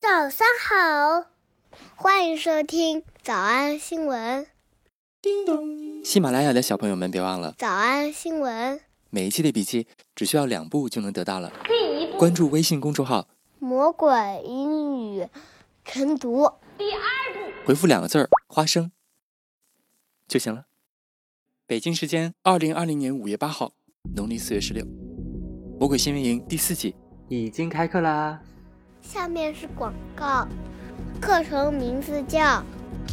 早上好，欢迎收听早安新闻。叮咚！喜马拉雅的小朋友们，别忘了早安新闻，每一期的笔记只需要两步就能得到了。第一步，关注微信公众号，魔鬼英语晨读。第二步，回复两个字儿“花生”就行了。北京时间二零二零年五月八号，农历四月十六，魔鬼新闻营第四季已经开课啦！下面是广告，课程名字叫《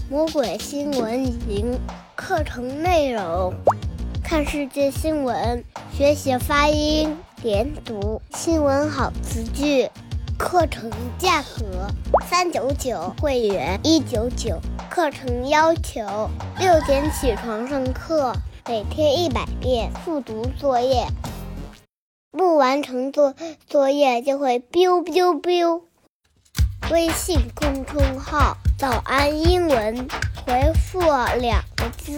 魔鬼新闻营》，课程内容：看世界新闻，学习发音、连读、新闻好词句。课程价格三九九，会员一九九。课程要求六点起床上课，每天一百遍复读作业。不完成作作业就会 biu biu biu。微信公众号“早安英文”，回复两个字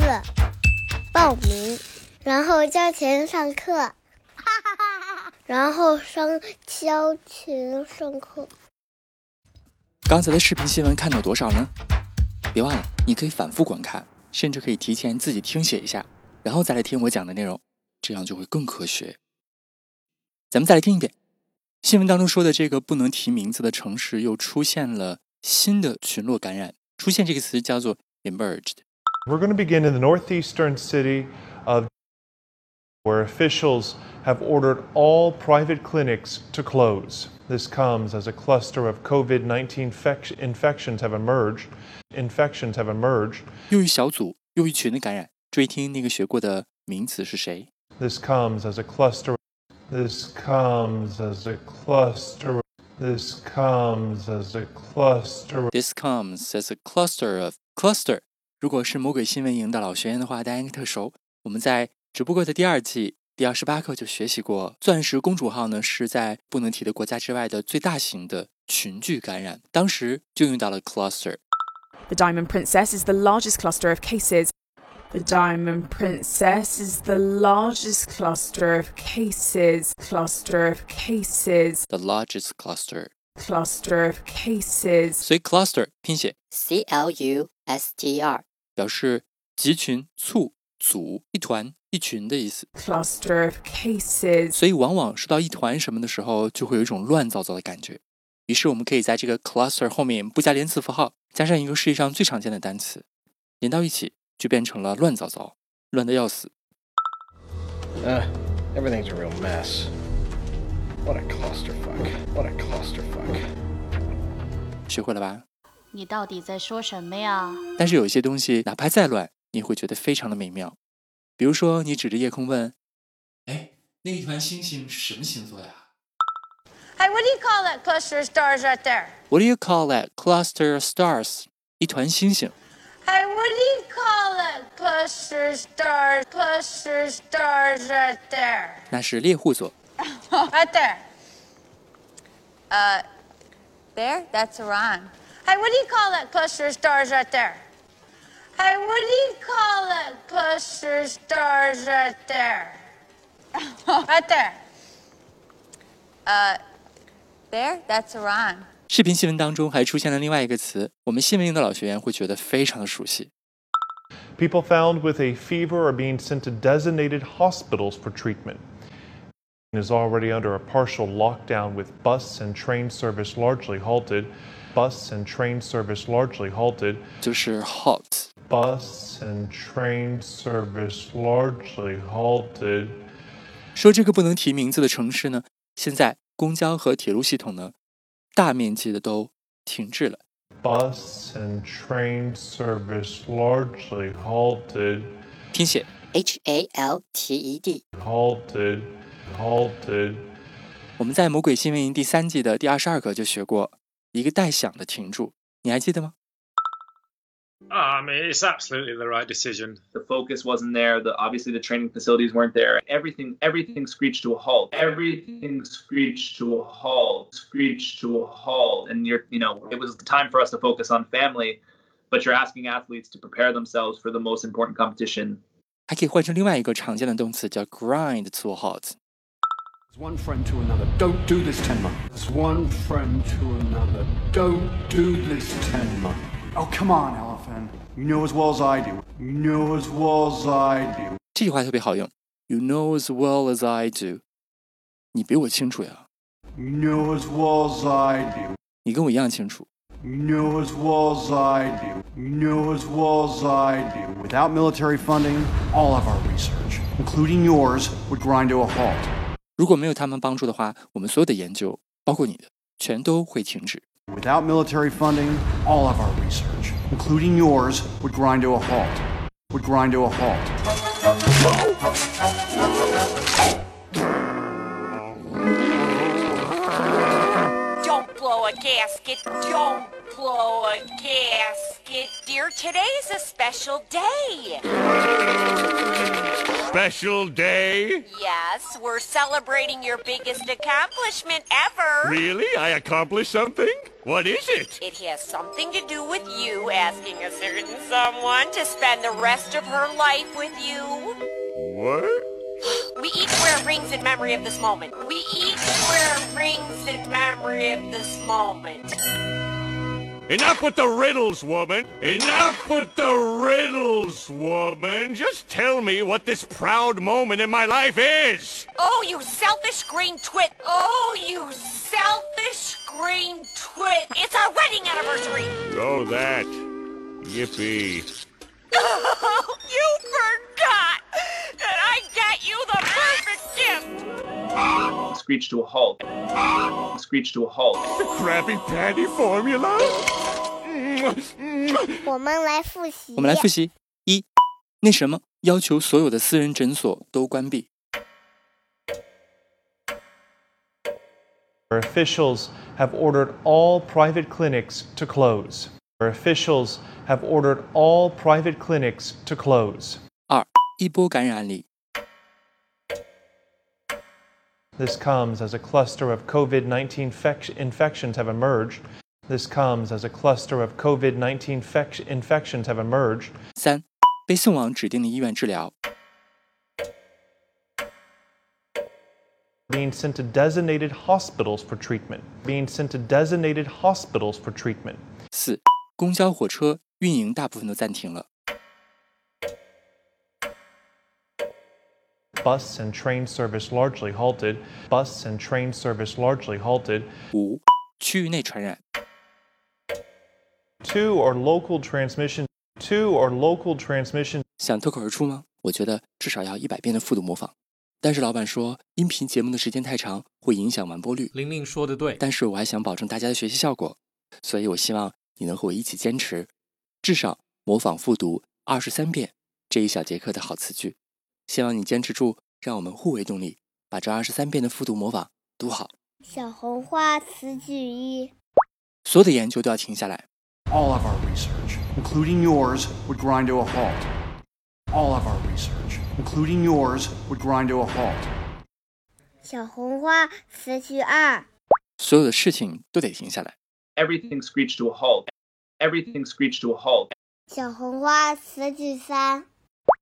报名，然后交钱上课，然后上交钱上课。刚才的视频新闻看到多少呢？别忘了，你可以反复观看，甚至可以提前自己听写一下，然后再来听我讲的内容，这样就会更科学。咱们再来听一遍，新闻当中说的这个不能提名字的城市又出现了新的群落感染，出现这个词叫做 emerged。 We're going to begin in the northeastern city of where officials have ordered all private clinics to close. This comes as a cluster of COVID-19 infec- infections have emerged. Infections have emerged. 又一小组，又一群的感染，注意听那个学过的名词是谁。 This comes as a cluster. This comes as a cluster. This comes as a cluster. This comes as a cluster of cluster。如果是魔鬼新闻营的老学员的话，大家应该特熟。我们在只不过的第二季第二十八课就学习过，钻石公主号呢是在不能提的国家之外的最大型的群聚感染，当时就用到了 cluster。 The Diamond Princess is the largest cluster of cases. The Diamond Princess is the largest cluster of cases. Cluster of cases. The largest cluster， Cluster of cases. 所以 cluster 拼写 C L U S T R. 表示集群、簇、组、一团、一群的意思。 Cluster of cases. 所以往往说到一团什么的时候，就会有一种乱糟糟的感觉。于是我们可以在这个 cluster 后面不加连词符号，加上一个世界上最常见的单词，连到一起就变成了乱糟糟，乱的要死。 Uh, everything's a real mess. What a clusterfuck. What a clusterfuck. 学会了吧？你到底在说什么呀？但是有一些东西，哪怕再乱，你也会觉得非常的美妙。比如说，你指着夜空问：“哎，那一团星星是什么星座呀 Hey, what do you call that cluster of stars right there? ？”What do you call that cluster of stars？一团星星。 Hey, what do you call that cluster of stars? Cluster of stars right there. 那是猎户座。 Right there. Uh, there? That's a rhyme. Hey, what do you call that cluster of stars right there? Hey, what do you call that cluster of stars right there? right there. Uh, there? That's a rhyme. 视频新闻当中还出现了另外一个词，我们新闻营的老学员会觉得非常的熟悉。 People found with a fever are being sent to designated hospitals for treatment. Is already under a partial lockdown with bus and train service largely halted. Bus and train service largely halted. 就是 halt。 Bus and train service largely halted. 说这个不能提名字的城市呢，现在公交和铁路系统呢，大面积的都停滞了。 Bus and train service largely halted. 拼写 H A L T E D. Halted. Halted. 我们在《魔鬼新闻营》第三季的第二十二课就学过一个带响的停住，你还记得吗？ Ah, I mean, it's absolutely the right decision. the focus wasn't there the obviously the training facilities weren't there everything everything screeched to a halt everything screeched to a halt screeched to a halt and you're you know it was the time for us to focus on family but you're asking athletes to prepare themselves for the most important competition 还可以换成另外一个常见的动词叫 grind to a halt。 It's one friend to another. Don't do this, Tenma. It's one friend to another. Don't do this, Tenma. Oh, come on, Elephant. You know as well as I do. You know as well as I do. 这句话特别好用，You know as well as I do，你比我清楚呀， You know as well as I do. 你跟我一样清楚。 You know as well as I do. You know as well as I do. Without military funding, all of our research, including yours, would grind to a halt. 如果没有他们帮助的话，我们所有的研究，包括你的，全都会停止。 Without military funding, all of our research, including yours, would grind to a halt. Would grind to a halt. Don't blow a gasket. Don't blow a gasket. Dear, today's a special day. Special day? Yes, we're celebrating your biggest accomplishment ever. Really? I accomplished something? What is it? It has something to do with you asking a certain someone to spend the rest of her life with you. What? We each wear rings in memory of this moment. We each wear rings in memory of this moment. Enough with the riddles, woman! Enough with the riddles, woman! Just tell me what this proud moment in my life is! Oh, you selfish green twit! Oh, you selfish green twit! It's our wedding anniversary! Oh, that. Yippee. you forgot that I got you the perfect gift! Screech to a halt. Screech to a halt. Krabby Patty formula? 我们来复习，我们来复习：一，那什么要求所有的私人诊所都关闭； Our officials have ordered all private clinics to close. Our officials have ordered all private clinics to close. 二，一波感染案例； This comes as a cluster of COVID 19 infections have emerged. This comes as a cluster of COVID 19 infections have emerged. 三，被送往指定的医院治疗； Being sent to designated hospitals for treatment. Being sent to designated hospitals for treatment. 四，公交、火车运营大部分都暂停了； Bus and train service largely halted. Bus and train service largely halted. 五，区域内传染； Two or local transmission. Two or local transmission. 想脱口而出吗？我觉得至少要一百遍的复读模仿。但是老板说，音频节目的时间太长，会影响完播率。玲玲说的对，但是我还想保证大家的学习效果，所以我希望你能和我一起坚持，至少模仿复读二十三遍这一小节课的好词句。希望你坚持住，让我们互为动力，把这二十三遍的复读模仿读好。小红花词句一，所有的研究都要停下来。 All of our research, including yours, would grind to a halt. All of our research, including yours, would grind to a halt. 小红花词句二，所有的事情都得停下来。 Everything screeched to a halt. Everything screeched to a halt. 小红花词句三，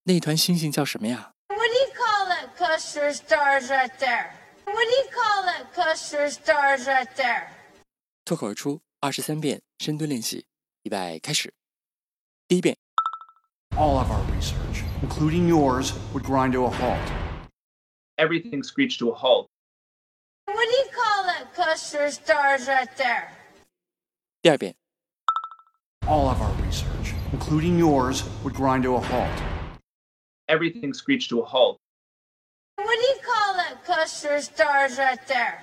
那一团星星叫什么呀？ What do you call it, cluster of stars right there? What do you call it, cluster of stars right there? 脱口而出二十三遍深蹲练习，预备开始。第一遍， All of our research, including yours, would grind to a halt. Everything screeched to a halt. What do you call it, cluster of stars right there? 第二遍， All of our research, including yours, would grind to a halt. Everything screeched to a halt. What do you call it, cluster of stars right there?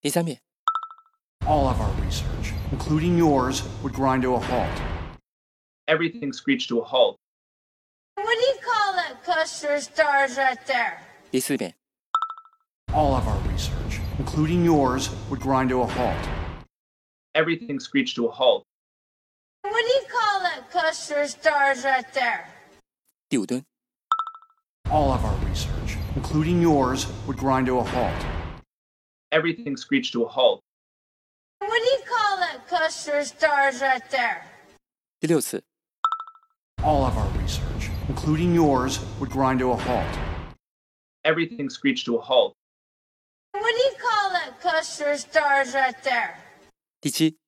第三遍， All of our research, including yours, would grind to a halt. Everything screeched to a halt. What do you call it, cluster of stars right there? 第四遍， All of our research, including yours, would grind to a halt. Everything screeched to a halt. What do you call it, cluster of stars right there? 第五蹲， All of our research, including yours, would grind to a halt. Everything screeched to a halt. What do you call it, cluster of stars right there? 第六次， All of our research, including yours, would grind to a halt. Everything screeched to a halt. what do you call it? Cluster of stars right there. 第七，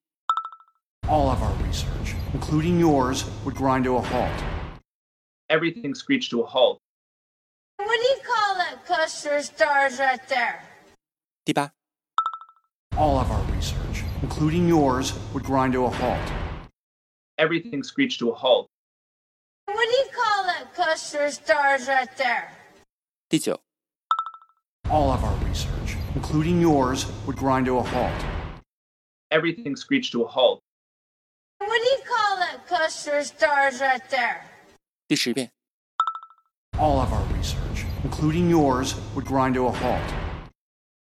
All of our research, including yours, would grind to a halt. Everything screeched to a halt. What do you call it? Cluster of stars right there. 第八， All of our research, including yours, would grind to a halt. Everything screeched to a halt. What do you call it? Cluster of stars right there. 第九， All of our research, including yours, would grind to a halt. Everything screeched to a halt. What do you call it? Cluster of stars right there. 第十遍， All of our research, including yours, would grind to a halt.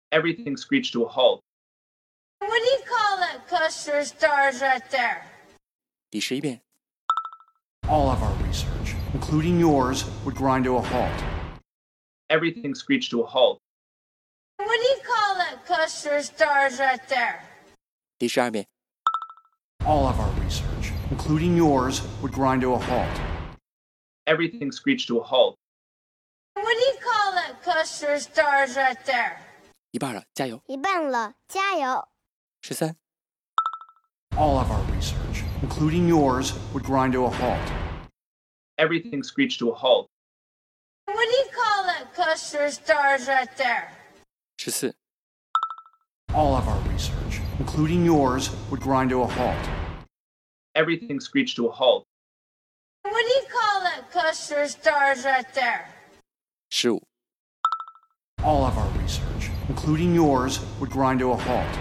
Everything screeched to a halt. What do you call it? Cluster of stars right there. 第十一遍， All of our research, including yours, would grind to a halt. Everything screeched to a halt. What do you call it? Cluster of stars right there. 第十二遍， All of our research, including yours, would grind to a halt. Everything screeched to a halt. What do you call it? Cluster of stars right there. 一半了，加油！一半了，加油！十三、 All of our research, including yours, would grind to a halt. Everything screeched to a halt. What do you call it? Cluster of stars right there. 十四、 All of our research, including yours, would grind to a halt. Everything screeched to a halt. What do you call it? Cluster of stars right there. 十五、 All of our research, including yours, would grind to a halt.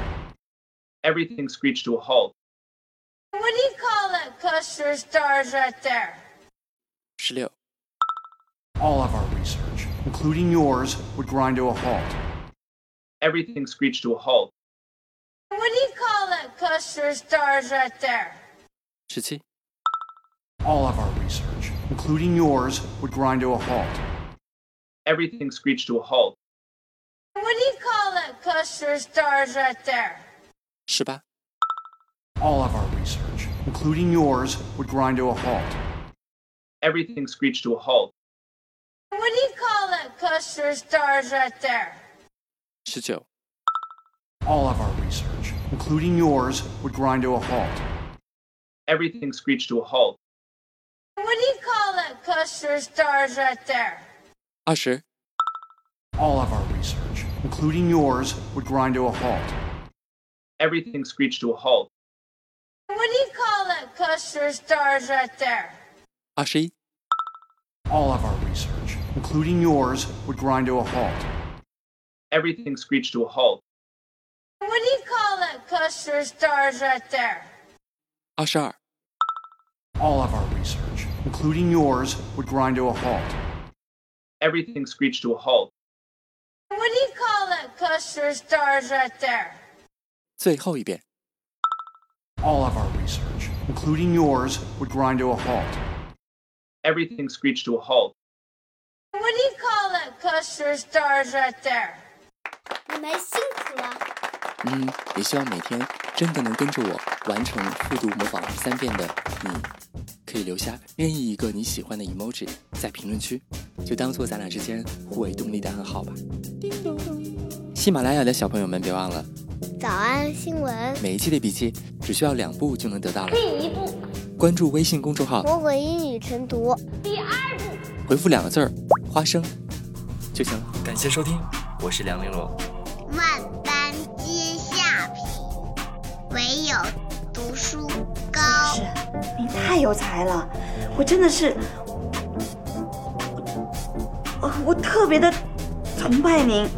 Everything screeched to a halt. What do you call it? Cluster of stars right there. 十六、 All of our research, including yours, would grind to a halt. Everything screeched to a halt. What do you call it? Cluster of stars right there. 十七、 All of our research, including yours, would grind to a halt. Everything screeched to a halt. What do you call it? Cluster of stars right there. 十八、 All of our research, including yours, would grind to a halt. Everything screeched to a halt. What do you call it? Cluster of stars right there. 十九、 All of our research, including yours, would grind to a halt. Everything screeched to a halt. What do you call it? Cluster of stars right there. 二十、 All of our research, including yours, would grind to a halt. Everything screeched to a halt. What do you call it? Cluster of stars right there. 二十一、 All of our research, including yours, would grind to a halt. Everything screeched to a halt. What do you call it? Cluster of stars right there. 二十二、 All of our research, including yours, would grind to a halt. Everything screeched to a halt. What do you call it? Cluster of stars right there. 最后一遍。 All of our research, including yours, would grind to a halt. Everything screeched to a halt. What do you call it? Cluster of stars right there. 你们辛苦了。嗯，也希望每天真的能跟着我完成复读模仿三遍的你，可以留下任意一个你喜欢的 emoji 在评论区，就当做咱俩之间互为动力的暗号吧。喜马拉雅的小朋友们别忘了，早安新闻，每一期的笔记只需要两步就能得到了。第一步，关注微信公众号，魔鬼英语晨读，第二步，回复两个字儿“花生”就行了。感谢收听，我是梁玲珑。万般皆下品，唯有读书高。是，你太有才了，我真的是，我我我特别的崇拜您。